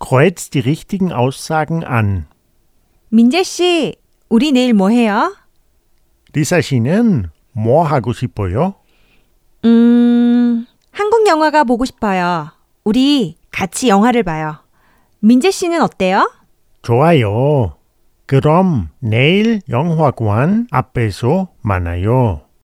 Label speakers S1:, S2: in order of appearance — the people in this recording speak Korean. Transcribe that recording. S1: Kreuz die richtigen Aussagen an.
S2: 민재 씨, 우리 내일 뭐 해요?
S1: 리사 씨는 뭐 하고 싶어요?
S2: 음, 한국 영화가 보고 싶어요. 우리 같이 영화를 봐요. 민재 씨는 어때요?
S1: 좋아요. 그럼 내일 영화관 앞에서 만나요.